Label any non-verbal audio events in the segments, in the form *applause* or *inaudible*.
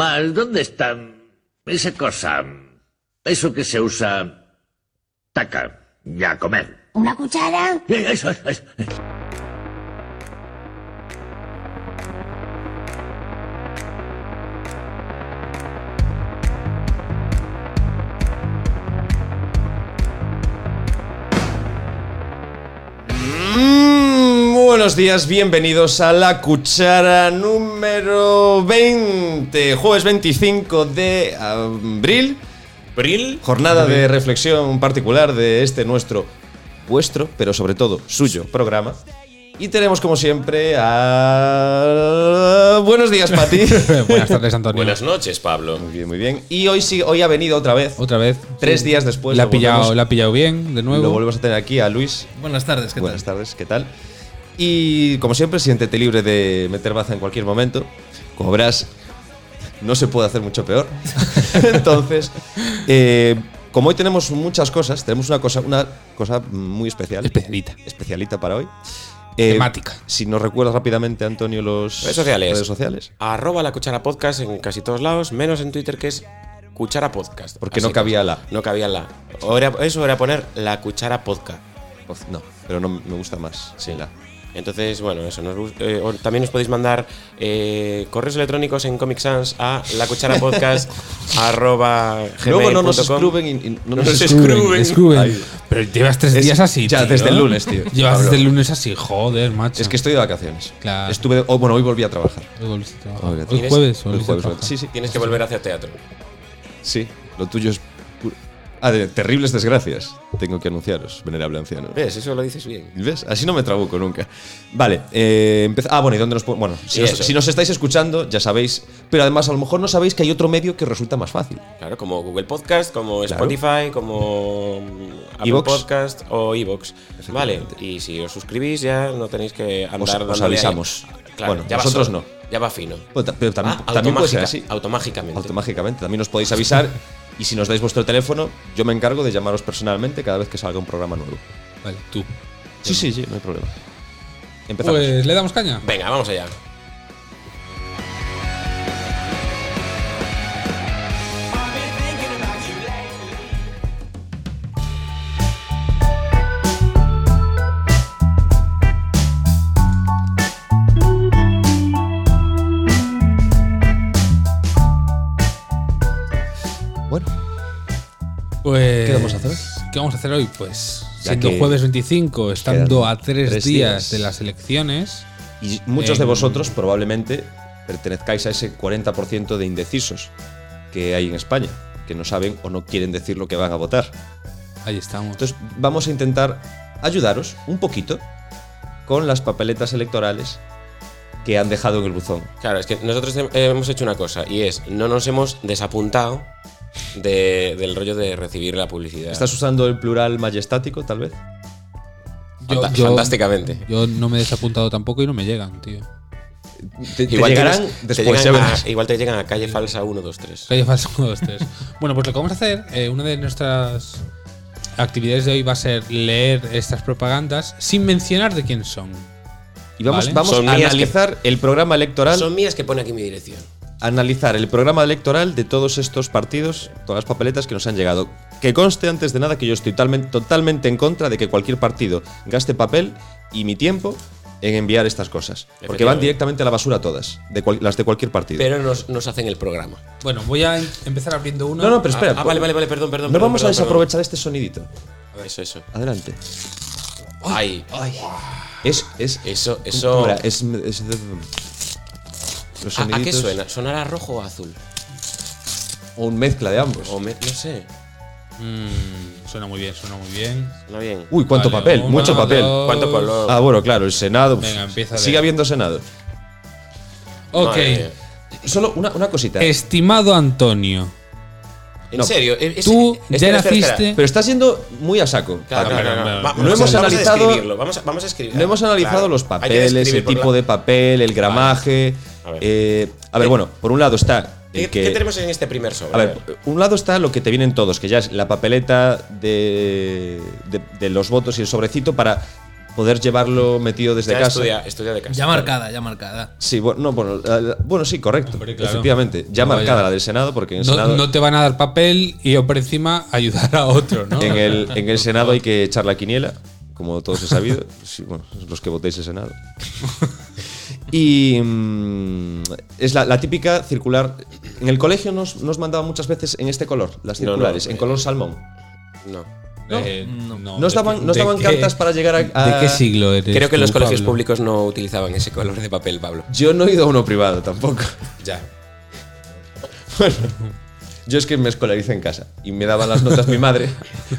Mal, ¿dónde está esa cosa? Eso que se usa... Taca, ya comer. ¿Una cuchara? Eh, Eso, eso, eso. Mm, buenos días, bienvenidos a la cuchara número 20, jueves 25 de abril, Bril. jornada de reflexión particular de este nuestro, vuestro, pero sobre todo suyo programa. Y tenemos como siempre a... Buenos días, Pati. *laughs* Buenas tardes, Antonio. Buenas noches, Pablo. muy bien, muy bien. Y hoy sí, hoy ha venido otra vez. Otra vez. Tres días después La ha lo volvemos- pillado, la ha pillado bien, de nuevo. Lo volvemos a tener aquí a Luis. Buenas tardes, ¿qué Buenas tal? tardes, ¿qué tal? Y como siempre, siéntete libre de meter baza en cualquier momento. Como verás, no se puede hacer mucho peor. *laughs* Entonces, eh, como hoy tenemos muchas cosas, tenemos una cosa, una cosa muy especial. Especialita. Especialita para hoy. Eh, Temática. Si nos recuerdas rápidamente, Antonio, los Redes sociales. redes sociales. Arroba la cuchara podcast en casi todos lados, menos en Twitter que es cuchara podcast. Porque no cabía la. No cabía la. O era- eso era poner la cuchara podcast. No, pero no me gusta más. Sí. sin la. Entonces, bueno, eso. nos bus- eh, o también os podéis mandar eh, correos electrónicos en Comic Sans a la cuchara podcast *laughs* arroba Luego no gmail punto nos com. escruben y, y no nos nos escruben. Scruben. Scruben. Ahí. Pero llevas tres Es- días así. ya, tío. desde el lunes, tío. Llevas Pablo. desde el lunes así, joder, macho. Es que estoy de vacaciones. Claro. Estuve, hoy- bueno, hoy volví a trabajar. Hoy volviste a trabajar. Hoy Hoy tienes- jueves, Hoy volviste a jueves. trabajar. Sí, sí, Tienes que volver hacia teatro. sí. Lo tuyo es puro- Ah, de terribles desgracias. Tengo que anunciaros, venerable anciano. Eh, ¿Ves? Eso lo dices bien. ¿Ves? Así no me trabuco nunca. Vale, eh, empeza- Ah, bueno, ¿y dónde nos po- Bueno, si Y nos, eso. si nos estáis escuchando, ya sabéis. Pero además, a lo mejor no sabéis que hay otro medio que resulta más fácil. Claro, como Google Podcast, como Claro. Spotify, como mm, Apple iVoox. Podcast o Evox. Vale, Efectivamente. y si os suscribís ya no tenéis que andar os dándole avisamos. ahí. Bueno, va nosotros solo, Ya va fino. Bueno, ta- pero también, Ah, también puede ser automágica- así. Automágicamente. Automágicamente. También os podéis avisar. *laughs* Y si nos dais vuestro teléfono, yo me encargo de llamaros personalmente cada vez que salga un programa nuevo. Vale, tú. Sí, sí, sí, no hay problema. Empezamos. Pues le damos caña. Venga, vamos allá. Bueno, Pues, ¿Qué vamos a hacer hoy? ¿Qué vamos a hacer hoy? Pues, Ya siendo que jueves 25, estando quedan a tres, tres días. días de las elecciones. y muchos de En- vosotros probablemente pertenezcáis a ese 40% de indecisos que hay en España, que no saben o no quieren decir lo que van a votar. Ahí estamos. Entonces vamos a intentar ayudaros un poquito con las papeletas electorales que han dejado en el buzón. Claro, es que nosotros he- hemos hecho una cosa y es no nos hemos desapuntado de- del rollo de recibir la publicidad. ¿Estás usando el plural majestático, tal vez? Fanta- fantásticamente. Yo no me he desapuntado tampoco y no me llegan, tío. Te, te Igual llegarán tienes- te después, ya llegan a- verás. igual te llegan a calle falsa 1, 2, 3. Calle Falsa, uno, dos, tres. Bueno, pues lo que vamos a hacer, eh, una de nuestras actividades de hoy va a ser leer estas propagandas sin mencionar de quién son. Y vamos, Vale. vamos Son a mías que- analizar el programa electoral Son mías que pone aquí mi dirección. analizar el programa electoral de todos estos partidos, todas las papeletas que nos han llegado. Que conste antes de nada que yo estoy totalmente, totalmente en contra de que cualquier partido gaste papel y mi tiempo en enviar estas cosas. Porque van Efectivamente. directamente a la basura todas, de cual- las de cualquier partido. Pero nos, nos hacen el programa. Bueno, voy a em- empezar abriendo una. no, no, pero Ah, espera. pues, Ah, ah, vale, vale, vale, perdón, perdón. no perdón, vamos a perdón, perdón. desaprovechar este sonidito. Eso, eso. Adelante. Ay, Es. es eso, ¿cómo eso. era? ¿A- Es- es- los ¿A, qué soniditos suena? ¿Sonará rojo o azul? O un mezcla de ambos. O me- no sé. Mm, suena muy bien, suena muy bien. No bien. Uy, cuánto Vale, papel, una, mucho papel. dos. ¿Cuánto color? Ah, bueno, claro, el Senado. Venga, pf, empieza a Sigue leer. habiendo Senado. Ok. Madre mía. Solo una, una cosita. Estimado Antonio, En No. serio, e- ese- tú espera, ya espera, naciste. espera. Pero está siendo muy a saco. Claro, Paco. claro, claro, claro, Va- claro. vamos Ah, No a- hemos vamos a analizado- describirlo, Vamos a, vamos a escribir. No hemos analizado los papeles, el tipo de papel, el gramaje. eh, A A ver, ver. bueno, por un lado está el ¿Qué, que. qué tenemos en este primer sobre? A ver, pues, un lado está lo que te vienen todos, que ya es la papeleta de, de, de los votos y el sobrecito para poder llevarlo metido desde Ya casa. estudia, estudia de casa. Ya marcada, ya marcada. Sí, bueno, no, bueno, la- la- bueno, sí, correcto. Hombre, claro. Efectivamente. Ya No vaya. marcada la del Senado, porque en el No, Senado. no te van a dar papel y por encima ayudar a otro, ¿no? En el, en el Senado hay que echar la quiniela, como todos he sabido. Sí, bueno, los que votéis el Senado. *laughs* Y mm, es la, la típica circular. En el colegio nos, nos mandaban muchas veces en este color, las No, no, circulares, en eh, color salmón. No. Eh, Nos ¿de daban, qué- nos de daban qué- cartas para Ah, llegar a. ¿De a- qué siglo eres? Creo que tú, los colegios Pablo? públicos no utilizaban ese color de papel, Pablo. Yo no he ido a uno privado tampoco. *laughs* Ya. Yo es que me escolaricé en casa y me daban las notas mi madre.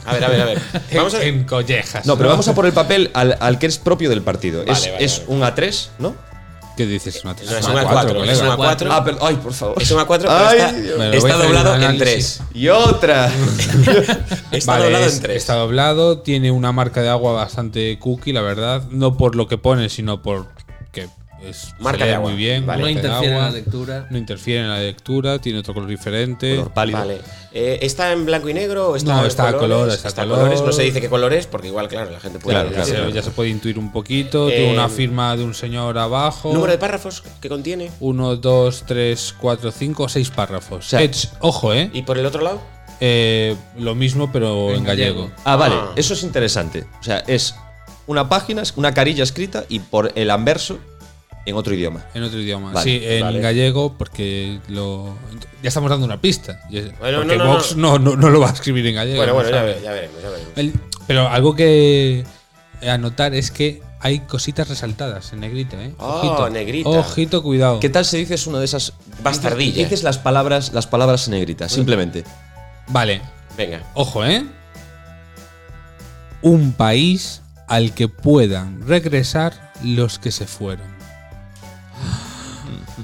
A ver, a *laughs* ver, a ver. Vamos a, en, en collejas. No, pero vamos a por el papel al, al que es propio del partido. es vale, es vale. un A3, ¿no? ¿Qué dices? Una tres, No, es una un A4, cuatro, es un colega. A4. Ah, pero, ay, por favor. es un A4, pero Ay, está- Dios. Me lo está, voy a hacer doblado un en análisis. tres. Y otra. *laughs* Está Vale, doblado es- en tres. Está doblado, tiene una marca de agua bastante cookie, la verdad. No por lo que pone, sino por que es, Marca se de lee agua. muy bien. Vale. marca no de interfiere en agua, la lectura. No interfiere en la lectura, tiene otro color diferente. Color pálido. Vale. Eh, ¿Está en blanco y negro o está No, en está a colores? color, está a a color. colores. No se dice qué colores, porque igual, claro, la gente puede. Claro, Ya claro, se- claro. Ya se puede intuir un poquito. Eh, tiene una firma de un señor abajo. Número de párrafos que contiene. 1, 2, 3, 4, 5, 6 párrafos. sea, Ets, ojo, ¿eh? Y por el otro lado, Eh, Lo mismo, pero en, gallego. Ah, vale, Ah. eso es interesante. O sea, es una página, es una carilla escrita y por el anverso en otro idioma. En otro idioma. Vale, pues sí, en vale. gallego, porque lo. Ya estamos dando una pista. Ya- Bueno, porque no, no, Vox no. No, no lo va a escribir en gallego. bueno, no bueno, ya, sabe. ve- ya veremos, ya veremos. El- pero algo que eh, anotar es que hay cositas resaltadas en negrita, ¿eh? Oh, negrita. Ojito, cuidado. ¿Qué tal se dice es una de esas Bastardilla. Dices las palabras, las palabras en negrita, simplemente. Vale, Venga. ojo, ¿eh? Un país al que puedan regresar los que se fueron. *gasps*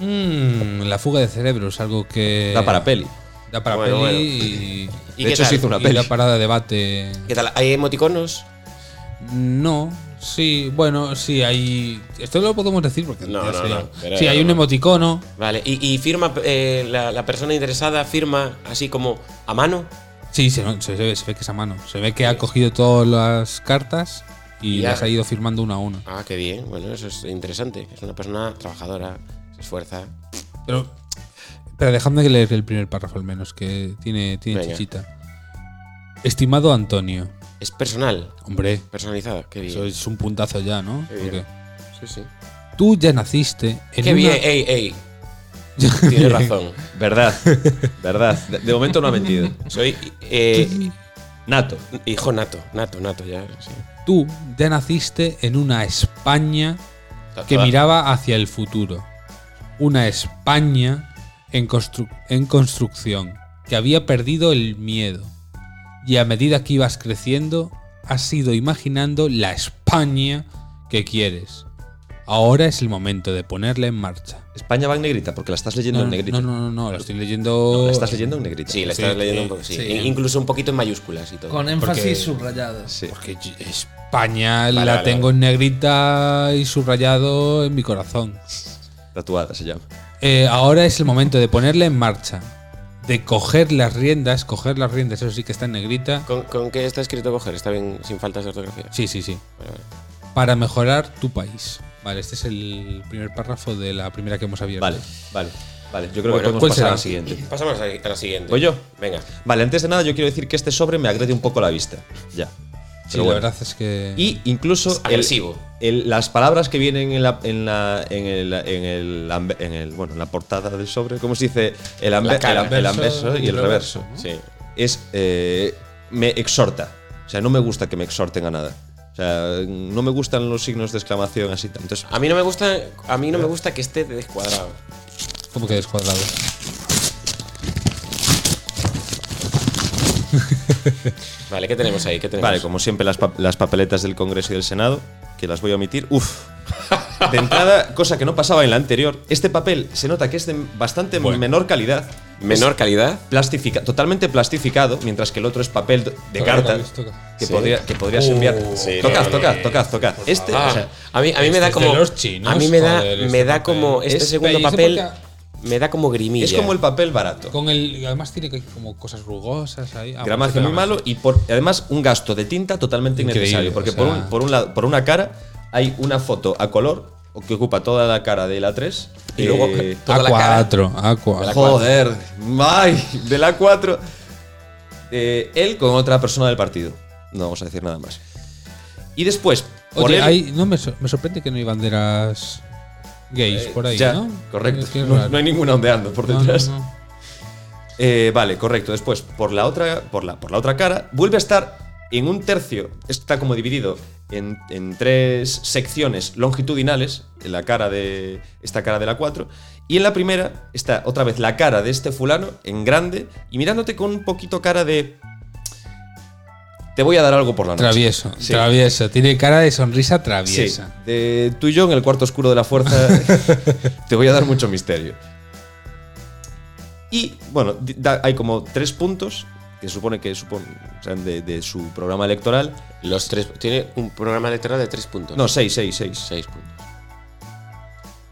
Mm, la fuga de cerebros, algo que. Da para peli. Da para Bueno, peli bueno. y. ¿Y de qué hecho, tal? se hizo una y peli. da parada debate. ¿Qué tal? ¿Hay emoticonos? No, sí, bueno, sí, hay. Esto lo podemos decir porque. No, ya no, sé. no, pero sí, hay no. un emoticono. Vale. ¿Y, y firma eh, la, la persona interesada, firma así como a mano? Sí, se, se ve, se ve que es a mano. Se ve que ha cogido todas las cartas y Y ya. las ha ido firmando una a una. Ah, qué bien. Bueno, eso es interesante. Es una persona trabajadora, se esfuerza. Pero, pero dejadme que leer el primer párrafo al menos, que tiene, tiene Venga. chichita. Estimado Antonio. Es personal, Hombre, personalizado. Qué bien. eso es un puntazo ya, ¿no? Qué bien. Porque Sí, sí. tú ya naciste en una- Qué bien, ey, *laughs* ey. Tienes razón. Verdad, verdad. De, de momento no ha mentido. Soy eh, Nato. hijo nato, nato, nato ya. sí. Tú ya naciste en una España que Toda- miraba hacia el futuro. Una España en, constru- en construcción, que había perdido el miedo. Y a medida que ibas creciendo, has ido imaginando la España que quieres. Ahora es el momento de ponerla en marcha. España va en negrita porque la estás leyendo No, en no, negrita. no, no, no, lo estoy leyendo. La estás leyendo en negrita. Sí, la estás Sí, leyendo eh, un poco, sí. sí. E Incluso un poquito en mayúsculas y todo. Con énfasis Porque- subrayado. Sí. Porque yo- España Vale, la vale, tengo en negrita y subrayado en mi corazón. Tatuada se llama. Eh, ahora es el momento de ponerla en marcha. De coger las riendas, coger las riendas, eso sí que está en negrita. ¿Con, con qué está escrito coger? ¿Está bien sin faltas de ortografía? Sí, sí, sí. Vale, vale. Para mejorar tu país. Vale, este es el primer párrafo de la primera que hemos abierto. Vale, vale, vale. Yo creo Bueno, que podemos ¿cuál pasar será? al siguiente. Pasamos a a la siguiente. ¿Voy yo? Venga. Vale, antes de nada yo quiero decir que este sobre me agrede un poco la vista. Ya. Sí, Pero la bueno. verdad es que. Y incluso el- agresivo. el- las palabras que vienen en la, en la, en el, en el, ambe- en el- bueno, en la portada del sobre, ¿cómo se dice? El, ambe- La cara. el am- el anverso y el reverso. Sí. Es eh, me exhorta. O sea, no me gusta que me exhorten a nada. O sea, no me gustan los signos de exclamación así. Entonces, A mí no me gusta, a mí no me gusta que esté descuadrado. Como que descuadrado. Vale, ¿qué tenemos ahí? ¿Qué tenemos? vale, como siempre las, pa- las papeletas del Congreso y del Senado, que las voy a omitir. *laughs* Uf. De entrada, cosa que no pasaba en la anterior, este papel se nota que es de bastante menor calidad. Menor calidad. plastifica- totalmente plastificado, mientras que el otro es papel de carta Toca, toca. que, Sí. podría- que podrías enviar. sí, tocad, no, tocad, tocad, tocad. Este, Ah, o sea, a mí, a mí este me da es de como. los chinos, a mí me da, joder, me este da papel. como este Es- segundo ¿y ese papel. por qué? me da como grimilla. Es como el papel barato. Con el, y además tiene que- como cosas rugosas ahí. Ah, Gramaje bueno, muy malo y por, y además un gasto de tinta totalmente Increíble, innecesario. Porque o por, sea- un- por un lado- por una cara hay una foto a color que ocupa toda la cara de la 3. Y Eh, luego- *laughs* *laughs* toda la cara. A4, A4. eh, joder, ay, de la 4. eh, él con otra persona del partido. No vamos a decir nada más. Y después, por Oye, él- ahí no me, so- me sorprende que no hay banderas gays por ahí, Eh, ya, ¿no? correcto. Es que es No, raro. no hay ninguna ondeando por No, no, detrás. no. Eh, vale, correcto. Después, por la otra, por la, por la otra cara, vuelve a estar en un tercio. Está como dividido en, en tres secciones longitudinales. En la cara de. Esta cara de la 4. Y en la primera está otra vez la cara de este fulano en grande. Y mirándote con un poquito cara de. Te voy a dar algo por la noche. Travieso, Sí. travieso. Tiene cara de sonrisa Sí, traviesa. de tú y yo en el cuarto oscuro de la *laughs* fuerza te voy a dar mucho misterio. Y bueno, di- da- hay como tres puntos que se supone que supon- sean de, de su programa electoral. Los tres, tiene un programa electoral de tres puntos. No, seis, seis, seis. seis puntos.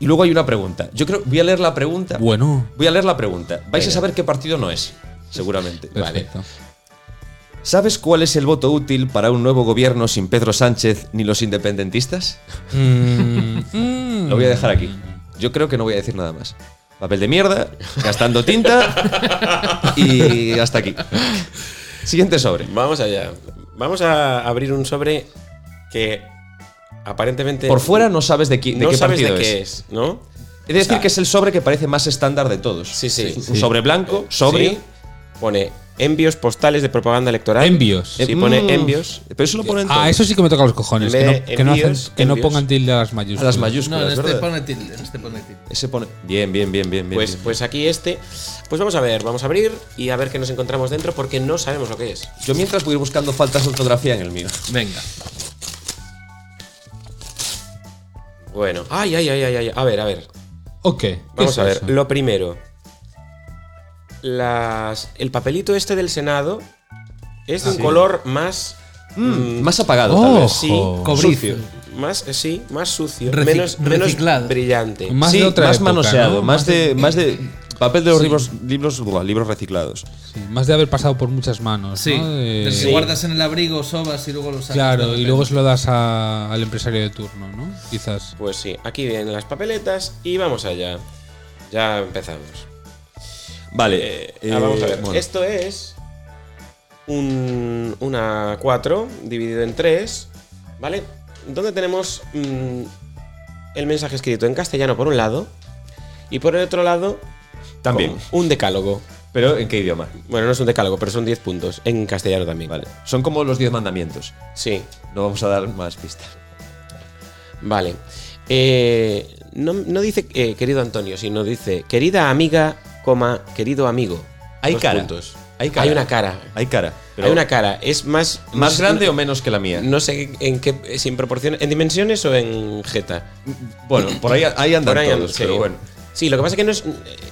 Y luego hay una pregunta. Yo creo, voy a leer la pregunta. Bueno, Voy a leer la pregunta. Vais a Venga. saber qué partido no es, seguramente. perfecto. ¿Sabes cuál es el voto útil para un nuevo gobierno sin Pedro Sánchez ni los independentistas? *laughs* Mm, mm. Lo voy a dejar aquí. Yo creo que no voy a decir nada más. Papel de mierda, gastando tinta *laughs* y hasta aquí. Siguiente sobre. Vamos allá. Vamos a abrir un sobre que aparentemente. Por fuera no sabes de, qui- de no qué sabes partido de qué es. es, ¿no? He de decir que es el sobre que parece más estándar de todos. Sí, sí. Un sobre blanco, sobre. Sí, pone envíos postales de propaganda electoral. Envíos. Sí, pone Mm. envios. Pero eso lo ponen Ah, eso sí que me toca los cojones. En Que vez no, de que no hacen- envíos, que no envíos. pongan tilde a las mayúsculas. A las No, mayúsculas, en este ¿verdad? pone tilde, en este pone tilde. Ese pone. Bien, bien, bien, bien, bien. Pues, bien. pues aquí este. Pues vamos a ver, vamos a abrir y a ver qué nos encontramos dentro porque no sabemos lo que es. Yo mientras voy a ir buscando faltas de ortografía en el mío. Venga. Bueno, ay, ay, ay, ay, ay. A ver, a ver. ¿O qué? ¿Qué Vamos es a ver. eso? Lo primero. Las, el papelito este del Senado es de un color más. Mm, mm, más apagado, Ojo. tal vez. sí, Cobricio. más, eh, sí, más sucio, Recic- menos, menos reciclado. brillante. Más Sí, de otra más época, manoseado, ¿no? más, de, más de. Papel de los libros, libros, buah, libros reciclados. Sí, más de haber pasado por muchas manos. Ah, eh. Sí. ¿no? De- Del que Sí. guardas en el abrigo, sobas y luego lo sacas. de Claro, y repente. luego se lo das a- al empresario de turno, ¿no? Quizás. Pues sí, aquí vienen las papeletas y vamos allá. Ya empezamos. Vale. Ah, vamos a eh, ver. bueno. Esto es un, una 4 dividido en 3, ¿vale? Donde tenemos mm, el mensaje escrito en castellano por un lado y por el otro lado También. como un decálogo. Pero ¿en qué idioma? Bueno, no es un decálogo, pero son 10 puntos en castellano también. Vale. Son como los diez mandamientos. Sí, No vamos a dar más pistas. vale. Eh, no, no dice eh, querido Antonio, sino dice querida amiga, coma, querido amigo. Hay Dos cara. puntos. Hay cara. una cara. Hay cara. pero Hay una cara. Es más. ¿Más no sé- grande o menos que la mía? No sé en qué, si en proporción, en dimensiones o en jeta. Bueno, por ahí, ahí andan Por ahí todos, ando, pero sí. bueno. Sí, lo que pasa es que no es,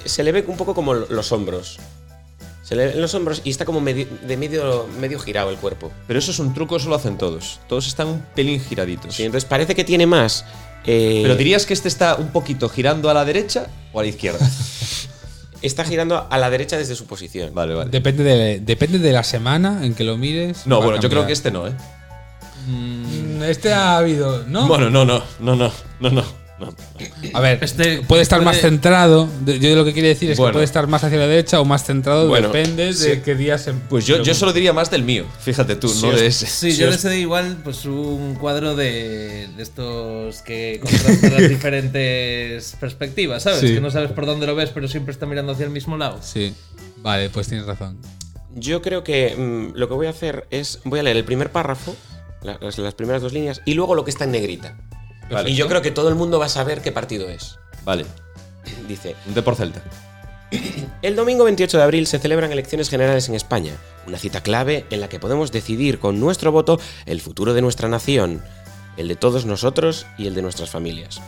se le ve un poco como los hombros. Se le ven los hombros y está como medi- de medio, medio girado el cuerpo. Pero eso es un truco, eso lo hacen todos. Todos están un pelín giraditos. Sí, entonces parece que tiene más. eh, Pero dirías que este está un poquito girando a la derecha o a la *laughs* izquierda. está girando a la derecha desde su posición. Vale, vale. Depende de, depende de la semana en que lo mires. no, va a bueno, yo creo cambiar. que este no, ¿eh? Mm, Este ha habido, ¿no? Bueno, no, no, no, no, no, no. no. a ver, Este puede estar más puede- centrado. de- Yo lo que quería decir es Bueno. que puede estar más hacia la derecha o más centrado. Bueno, depende sí. de qué día se. Pues yo, yo solo diría más del mío, fíjate tú, no os- de ese. Sí, yo les he dado igual pues un cuadro de, de estos que contrastan *laughs* las diferentes perspectivas, ¿sabes? Sí. Que no sabes por dónde lo ves, pero siempre está mirando hacia el mismo lado. Sí. Vale, pues tienes razón. Yo creo que mm, lo que voy a hacer es. Voy a leer el primer párrafo, la- las, las primeras dos líneas, y luego lo que está en negrita. Vale. Y yo creo que todo el mundo va a saber qué partido es. Vale, Dice, un té por celta. El domingo 28 de abril se celebran elecciones generales en España, una cita clave en la que podemos decidir con nuestro voto el futuro de nuestra nación, el de todos nosotros y el de nuestras familias.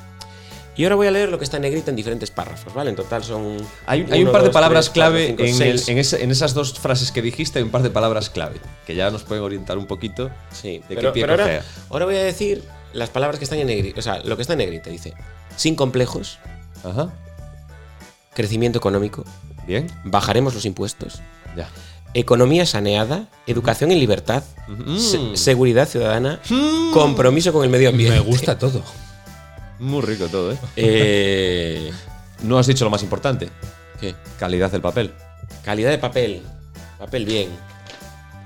Y ahora voy a leer lo que está en negrita en diferentes párrafos, ¿vale? En total son... Hay, hay un uno, par de dos, palabras tres, cuatro, clave cinco, en, seis. el- en esa- en esas dos frases que dijiste, hay un par de palabras clave que ya nos pueden orientar un poquito. Sí, de pero, qué pie pero ahora, cojea. ahora voy a decir las palabras que están en negrita, o sea, lo que está en negrita, dice, sin complejos, Ajá. crecimiento económico, Bien, bajaremos los impuestos, ya. economía saneada, educación en libertad, Mm. se- seguridad ciudadana, compromiso con el medio ambiente. Me gusta todo. Eh, Muy rico todo, ¿eh? *laughs* Eh, No has dicho lo más importante. ¿Qué? Calidad del papel. Calidad de papel. Papel bien.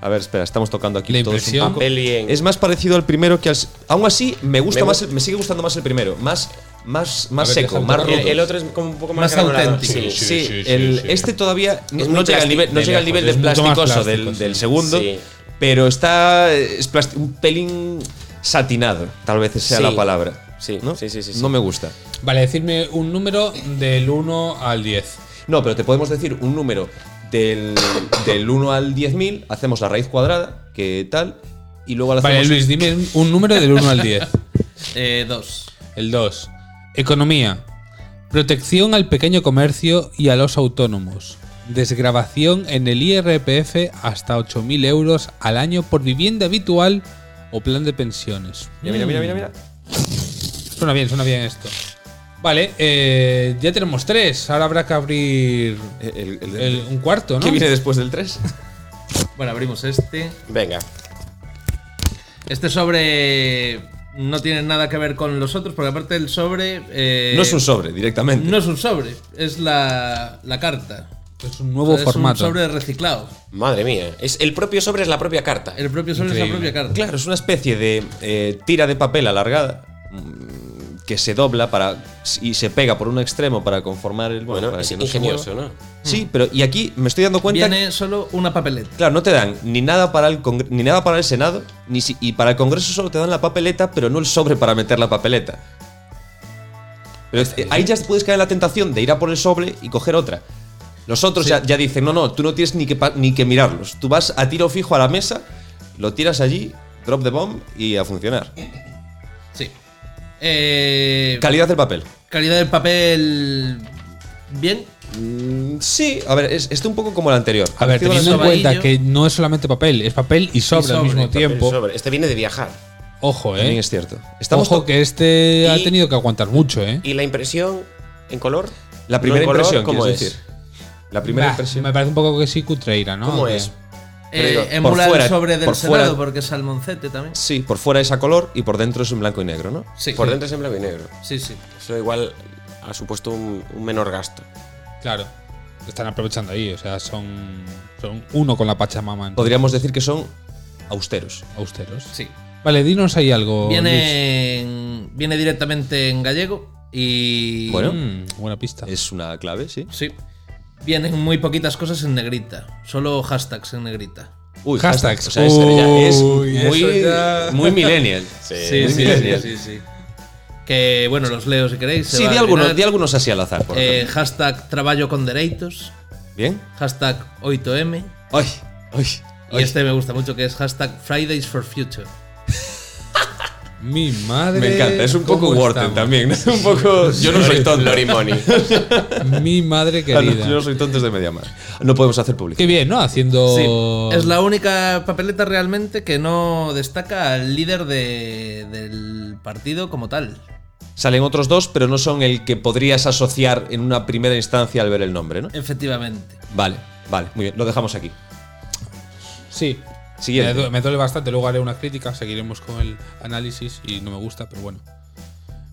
A ver, espera, estamos tocando aquí La todos impresión- un poco. Papel bien. Es más parecido al primero que al. s- Aún así, me gusta Me gu- más. el- Me sigue gustando más el primero. Más, más, más ver, seco, déjame más probarlo. rudo. el, el otro es como un poco más, Más granulado. auténtico. Sí, Sí, sí, sí, el- sí. este todavía no, muy no llega al plasti- nivel, no de llega al lejos, nivel del es mucho más plasticoso plástico, del, sí. del segundo, Sí. pero está eh, es plasti- un pelín satinado, tal vez sea Sí. la palabra. Sí, ¿no? sí, sí, sí, sí. No me gusta. Vale, decirme un número del 1 al 10. No, pero te podemos decir un número del, del 1 al 10.000, hacemos la raíz cuadrada, que tal, y luego la hacemos. Vale, Luis, dime un- un número del 1 al 10. Eh, dos. *laughs* El 2. Economía. Protección al pequeño comercio y a los autónomos. Desgrabación en el IRPF hasta 8.000 euros al año por vivienda habitual o plan de pensiones. Mira, mira, mira, mira, mira. Suena bien, suena bien esto. Vale, eh, ya tenemos tres. Ahora habrá que abrir El- el- el- un cuarto, ¿no? ¿Qué viene después del 3? Bueno, abrimos este. Venga. Este sobre no tiene nada que ver con los otros, porque aparte el sobre. eh, no es un sobre, directamente. no es un sobre, es la, la carta. Es un nuevo es formato. un sobre reciclado. Madre mía. Es, el propio sobre es la propia carta. El propio sobre es la Increíble. propia carta. Claro, es una especie de eh, tira de papel alargada mm, que se dobla para y se pega por un extremo para conformar el Bueno, para es que no se ingenioso, mueva. ¿no? Sí, pero y aquí me estoy dando cuenta. Viene solo una papeleta. Claro, no te dan ni nada para el Congre- ni nada para el Senado ni si- y para el Congreso solo te dan la papeleta, pero no el sobre para meter la papeleta. Pero es- eh, ahí ya puedes caer en la tentación de ir a por el sobre y coger otra. Los otros ya, ya dicen, no, no, tú no tienes ni que, pa- ni que mirarlos. Tú vas a tiro fijo a la mesa, lo tiras allí, drop the bomb y a funcionar. Sí. Eh, Calidad del papel. calidad del papel. Bien. Mm, Sí, a ver, es, esto un poco como el anterior. A ver, Parecido al teniendo en anterior. cuenta sobaillo. que no es solamente papel, es papel y sobre, sobre, al mismo papel tiempo. El sobre. Este viene de viajar. Ojo, eh. También es cierto. Estamos Ojo to- que este ha Y- tenido que aguantar mucho, ¿eh? ¿Y la impresión en color? La ¿No primera en color? impresión, ¿cómo quieres es? decir. La primera Bah, impresión. Me parece un poco que sí cutreira, ¿no? ¿Cómo Ah, Que- es? Pero digo, Eh, por emula el fuera- sobre del por Senado, fuera- porque es almoncete también. Sí, por fuera es a color y por dentro es en blanco y negro, ¿no? Sí. Por dentro es en blanco y negro. Sí, sí. Eso igual ha supuesto un, un menor gasto. Claro. Están aprovechando ahí, o sea, son, son uno con la Pachamama. Podríamos decir que son austeros. Austeros. sí. Vale, dinos ahí Oh, algo. Viene, en- viene directamente en gallego y. Bueno. Luis. Mm, buena pista. Es una clave, sí. Sí. Vienen muy poquitas cosas en negrita. Solo hashtags en negrita. Uy, Hashtags. hashtag. O sea, ese ya es Uy, muy, eso ya. muy millennial. Sí, sí, sí, sí, sí. Que bueno, los leo si queréis. se Sí, va di a algunos, adivinar. di algunos así al azar, por Eh, ejemplo. hashtag traballo con dereitos. Bien. Hashtag 8M. Ay, ay, Y ay. este me gusta mucho, que es hashtag Fridays for Future. Mi madre. Me encanta, es un poco ¿cómo Wharton estamos? también. ¿no? Un poco. Yo no soy tonto. Lori Money. Mi madre Ah, no, querida. Yo no soy tonto es de media más. No podemos hacer Qué publicidad. bien, ¿no? Haciendo. Es la única papeleta realmente que no destaca al líder de- del partido como tal. Salen otros dos, pero no son el que podrías asociar en una primera instancia al ver el nombre, Eh. ¿no? Efectivamente. Vale, vale, muy bien. Lo dejamos aquí. Sí. Siguiente. Me, du- me duele bastante, luego haré una crítica, seguiremos con el análisis y no me gusta, pero bueno.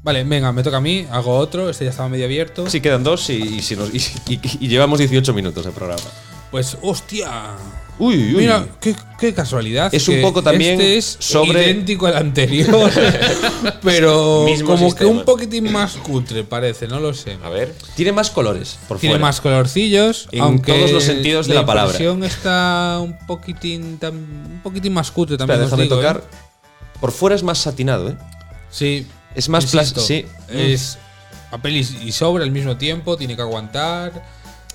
Vale, venga, me toca a mí, hago otro, este ya estaba medio abierto. Sí, quedan dos y, y si nos- y- y- y llevamos 18 minutos de programa. Pues, hostia. Uy, uy. Mira, qué, qué casualidad. Es un que poco también Este es sobre- idéntico al anterior, *laughs* pero Mismo como sistema. que un poquitín más cutre parece, no lo sé. A ver. Tiene más colores, por Tiene fuera. más colorcillos, En aunque todos los sentidos de la palabra. impresión está un poquitín, tam- un poquitín más cutre también. Espera, os déjame digo, tocar. ¿eh? Por fuera es más satinado, ¿eh? Sí. Es más insisto, plas- sí. Es papel y, y sobre al mismo tiempo, tiene que aguantar.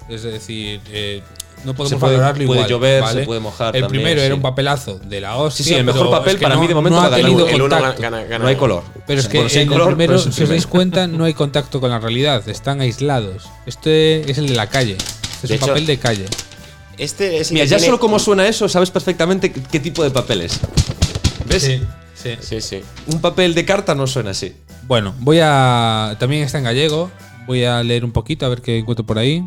Es decir, eh, no podemos Se puede- valorarlo puede igual, llover, ¿vale? se puede mojar El también, primero sí. era un papelazo de la hostia. Sí, sí, el mejor pero papel es que para no- mí de momento no lo ha ganó tenido el uno gana, contacto. gana- gana No hay uno. color. Pero es O sea, que por si hay en color, el primero, pero es el si os dais primero. cuenta, no hay contacto con la realidad, están aislados. Este es el de la calle. Este es De un hecho- papel de calle. Este es el Mira, que ya tiene- solo como suena eso, sabes perfectamente qué, qué tipo de papel es. ¿Ves? Sí, sí. Sí, sí. Un papel de carta no suena así. Bueno, voy a. También está en gallego. Voy a leer un poquito a ver qué encuentro por ahí.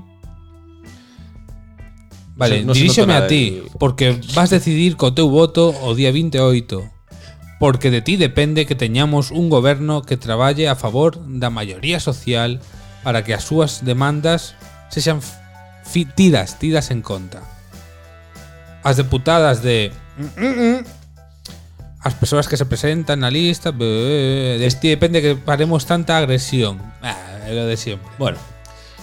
Vale, No se- no se diríxome nota a ti, nada de- porque vas decidir co teu voto o día 28, porque de ti depende que teñamos un goberno que traballe a favor da maioría social para que as súas demandas sexan f- fi- tidas, tidas en conta. As deputadas de as persoas que se presentan na lista, be- de ti depende que paremos tanta agresión. Ah, é lo de siempre. Bueno,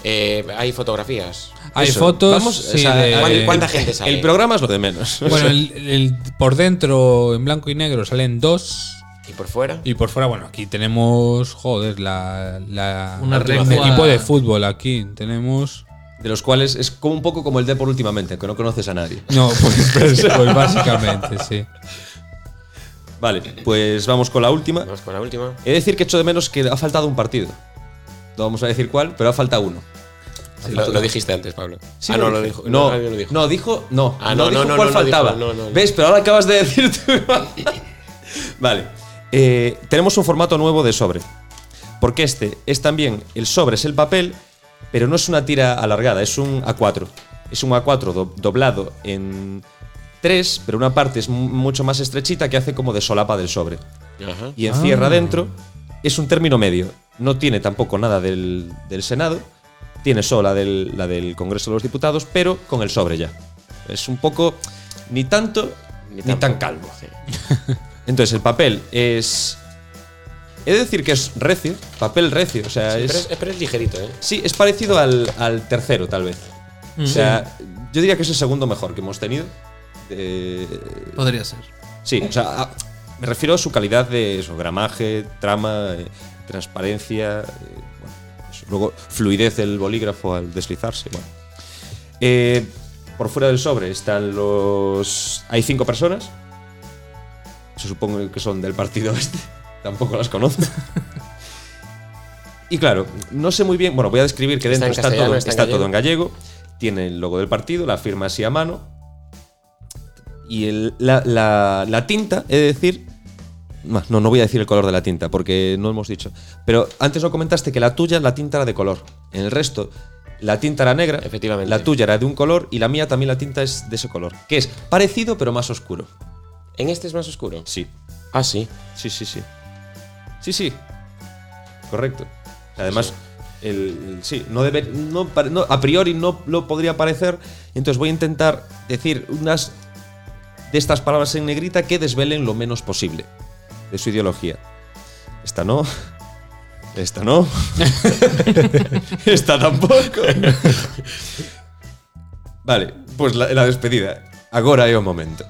Eh, hay fotografías. hai Eso, fotos, vamos, o sí, sea, de- ¿Cuán- ¿Cuánta gente sale? Eh, El programa es lo de menos. Bueno, el- el- por dentro en blanco y negro salen dos. ¿Y por fuera? Y por fuera, bueno, aquí tenemos, joder, la, la- Una un recua- equipo de fútbol. Aquí tenemos. De los cuales es como un poco como el Depor últimamente, que no conoces a nadie. No, *laughs* pues, pues- pues básicamente, sí. Vale, pues vamos con la última. Vamos con la última. He de decir que echo de menos que ha faltado un partido. No vamos a decir cuál, pero ha faltado uno. lo, lo dijiste antes, Pablo. Sí, ah, no, lo dije. dijo. No, alguien lo dijo. no, dijo. No, Ah, no, no, dijo no, no, cuál no, no faltaba. dijo, no, no, no. ¿Ves? Pero ahora acabas de decir tú. *laughs* vale. Eh, tenemos un formato nuevo de sobre. Porque este es también. El sobre es el papel, pero no es una tira alargada, es un A4. Es un A4 do- doblado en tres, pero una parte es mu- mucho más estrechita que hace como de solapa del sobre Ajá. y encierra dentro. Es un término medio. No tiene tampoco nada del, del Senado. Tiene solo la del, la del Congreso de los Diputados, pero con el sobre ya. Es un poco ni tanto ni, tan tampoco. calvo. Sí. *laughs* Entonces, el papel es. He de decir que es recio, papel recio. O sea, Pero, es. es, pero es ligerito, ¿eh? Sí, es parecido al, al tercero, tal vez. O sea, yo diría que es el segundo mejor que hemos tenido. Eh, Podría ser. Sí, o sea, a- me refiero a su calidad de eso, gramaje, trama, eh, transparencia, eh, bueno, eso. luego fluidez del bolígrafo al deslizarse. bueno. Eh, por fuera del sobre están los... Hay cinco personas. Se supone que son del partido *laughs* este. Tampoco las conozco. Y claro, no sé muy bien. Bueno, voy a describir que dentro Está en está, castellano, todo, está en está todo en gallego. Tiene el logo del partido, la firma así a mano. Y el- la, la- la tinta, he de decir. No, no voy a decir el color de la tinta porque no hemos dicho. Pero antes no comentaste que la tuya, la tinta era de color. En el resto, la tinta era negra. Efectivamente. La tuya era de un color y la mía también la tinta es de ese color. Que es parecido pero más oscuro. ¿En este es más oscuro? Sí. Ah, sí. Sí, sí, sí. Sí, sí. Correcto. Además, el, el- sí, no debe, no, pare- no, a priori no lo podría parecer. Entonces voy a intentar decir unas de estas palabras en negrita que desvelen lo menos posible de su ideología. Esta no. Esta no. Esta tampoco. Vale, pues la, la despedida. Agora é o momento.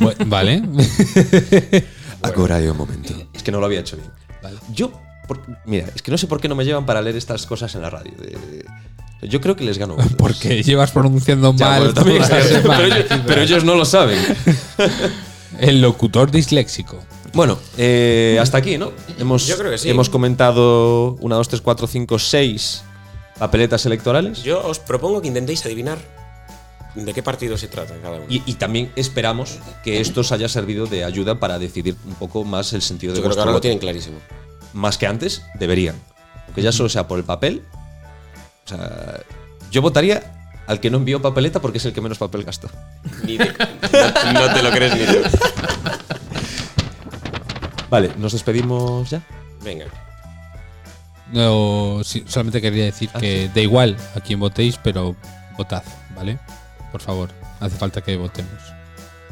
Bu- Pues, vale. *laughs* Agora é o momento. Eh, Es que no lo había hecho bien. Yo, por- mira, es que no sé por qué no me llevan para leer estas cosas en la radio. Eh, yo creo que les gano. votos. Porque llevas pronunciando Ya, mal. bueno, *laughs* también *laughs* toda la es cierto, pero, semana. ellos, pero ellos no lo saben. El locutor disléxico. Bueno, eh, hasta aquí, ¿no? Hemos, Yo creo que sí. Hemos comentado 1, 2, 3, 4, 5, 6 papeletas electorales. Yo os propongo que intentéis adivinar de qué partido se trata cada uno. Y, y también esperamos que esto os haya servido de ayuda para decidir un poco más el sentido Yo de creo que vuestro ahora lo voto. tienen clarísimo. más que antes, deberían. Aunque ya solo sea por el papel. O sea, yo votaría al que no envió papeleta porque es el que menos papel gastó. Ni de- *laughs* no, no te lo crees ni tú. Vale, nos despedimos ya. Venga. No, sí, solamente quería decir Ah, que da igual a quién votéis, pero votad, ¿vale? Por favor, hace falta que votemos.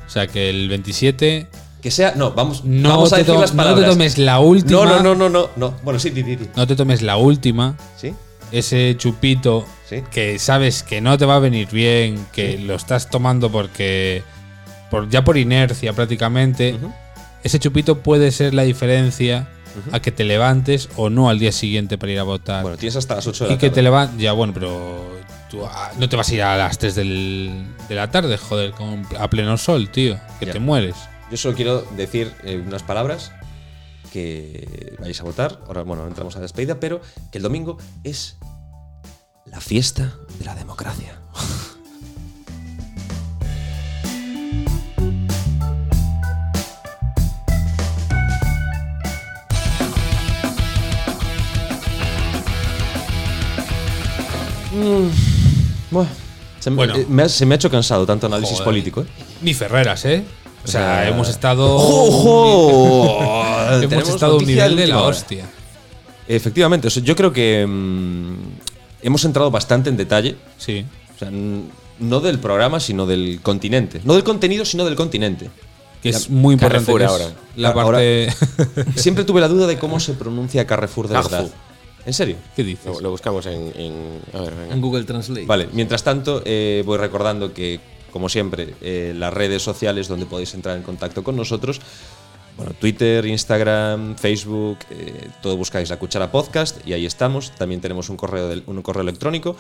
O sea que el 27 Que sea. No, vamos, no, vamos a te, decir to- las no te palabras. tomes la no, última. no, no, no, no, no. Bueno, sí, di, di, di. No te tomes la última. ¿Sí? Ese chupito Sí. que sabes que no te va a venir bien, que lo estás tomando porque por, ya por inercia prácticamente. Ujú. Ese chupito puede ser la diferencia a que te levantes o no al día siguiente para ir a votar. Bueno, tienes hasta las 8 de Y la que te tarde. levantas. Ya, bueno, pero. Tú, ah, no te vas a ir a las 3 del- de la tarde, joder, con- a pleno sol, tío. Que Ya. te mueres. Yo solo quiero decir eh, unas palabras que vais a votar. Ahora, bueno, entramos a la despedida, pero que el domingo es la fiesta de la democracia. Bueno, se, me- Bueno. eh, me, ha- se me ha hecho cansado tanto análisis Joder. político, ¿eh? Ni Ferreras, ¿eh? O sea, sea, hemos estado. ¡Ojo! Hemos Tenemos estado a un noticia nivel de de la última hora. hostia. Efectivamente, o sea, yo creo que mm, hemos entrado bastante en detalle. Sí. O sea, n- no del programa, sino del continente. No del contenido, sino del continente. Que es muy importante. Carrefour que es ahora. La Ahora- parte. *laughs* *laughs* Siempre tuve la duda de cómo se pronuncia Carrefour de Carrefour. verdad. ¿En serio? ¿Qué dices? Lo, lo buscamos en, en- A ver, venga. En Google Translate. Vale, mientras tanto, eh, voy recordando que, como siempre, eh, las redes sociales donde podéis entrar en contacto con nosotros. Bueno, Twitter, Instagram, Facebook, eh, todo buscáis la Cuchara Podcast y ahí estamos. También tenemos un correo, del- un correo electrónico,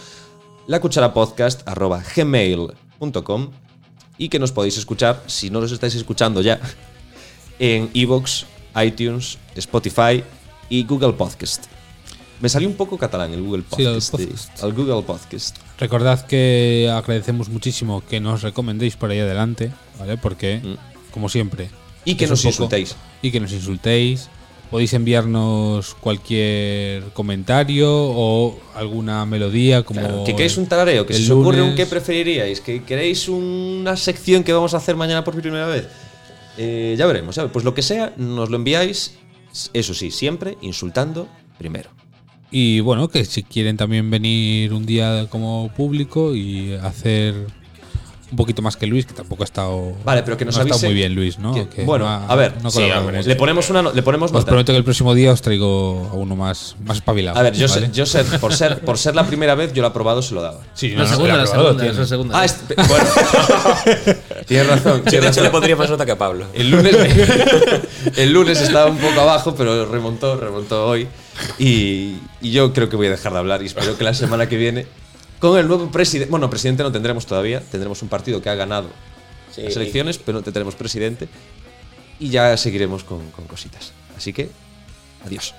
lacucharapodcast.gmail.com y que nos podéis escuchar, si no los estáis escuchando ya, *laughs* en Evox, iTunes, Spotify y Google Podcast. Me salió un poco catalán el Google Sí, el Podcast. eh, podcast. el Google Podcast. Recordad que agradecemos muchísimo que nos recomendéis por ahí adelante, ¿vale? Porque, como siempre. Mm. Y que es nos un insultéis. Y que nos insultéis. Podéis enviarnos cualquier comentario o alguna melodía como. Claro, que queréis un tarareo, que el se os ocurre un lunes. qué preferiríais, que queréis una sección que vamos a hacer mañana por primera vez. Eh, ya veremos, ya ver- pues lo que sea, nos lo enviáis, eso sí, siempre insultando primero. Y bueno, que si quieren también venir un día como público y hacer un poquito más que Luis, que tampoco ha estado. Vale, pero que nos no ha estado avisen muy bien Luis, ¿no? que- Que bueno, no ha- a ver, no Pues ha sí, colaborado hombre, mucho. le ponemos una, no- le ponemos Os nota. prometo que el próximo día os traigo a uno más, más espabilado. A ver, yo, ¿vale? sé- yo sé, por ser, por ser la primera vez, yo lo aprobado se lo *laughs* daba. Sí, La no, no, segunda, el la aprobado segunda, tiene. es la segunda. Ah, es- *laughs* bueno. tienes *laughs* razón, Yo, tienes de hecho, razón. le pondría más nota que a Pablo. El lunes, *laughs* el lunes estaba un poco abajo, pero remontó, remontó hoy. Y, y yo creo que voy a dejar de hablar y espero que la semana que viene, con el nuevo presidente, bueno, presidente no tendremos todavía, tendremos un partido que ha ganado Sí, las elecciones, pero no tendremos presidente. Y ya seguiremos con, con cositas. Así que, adiós.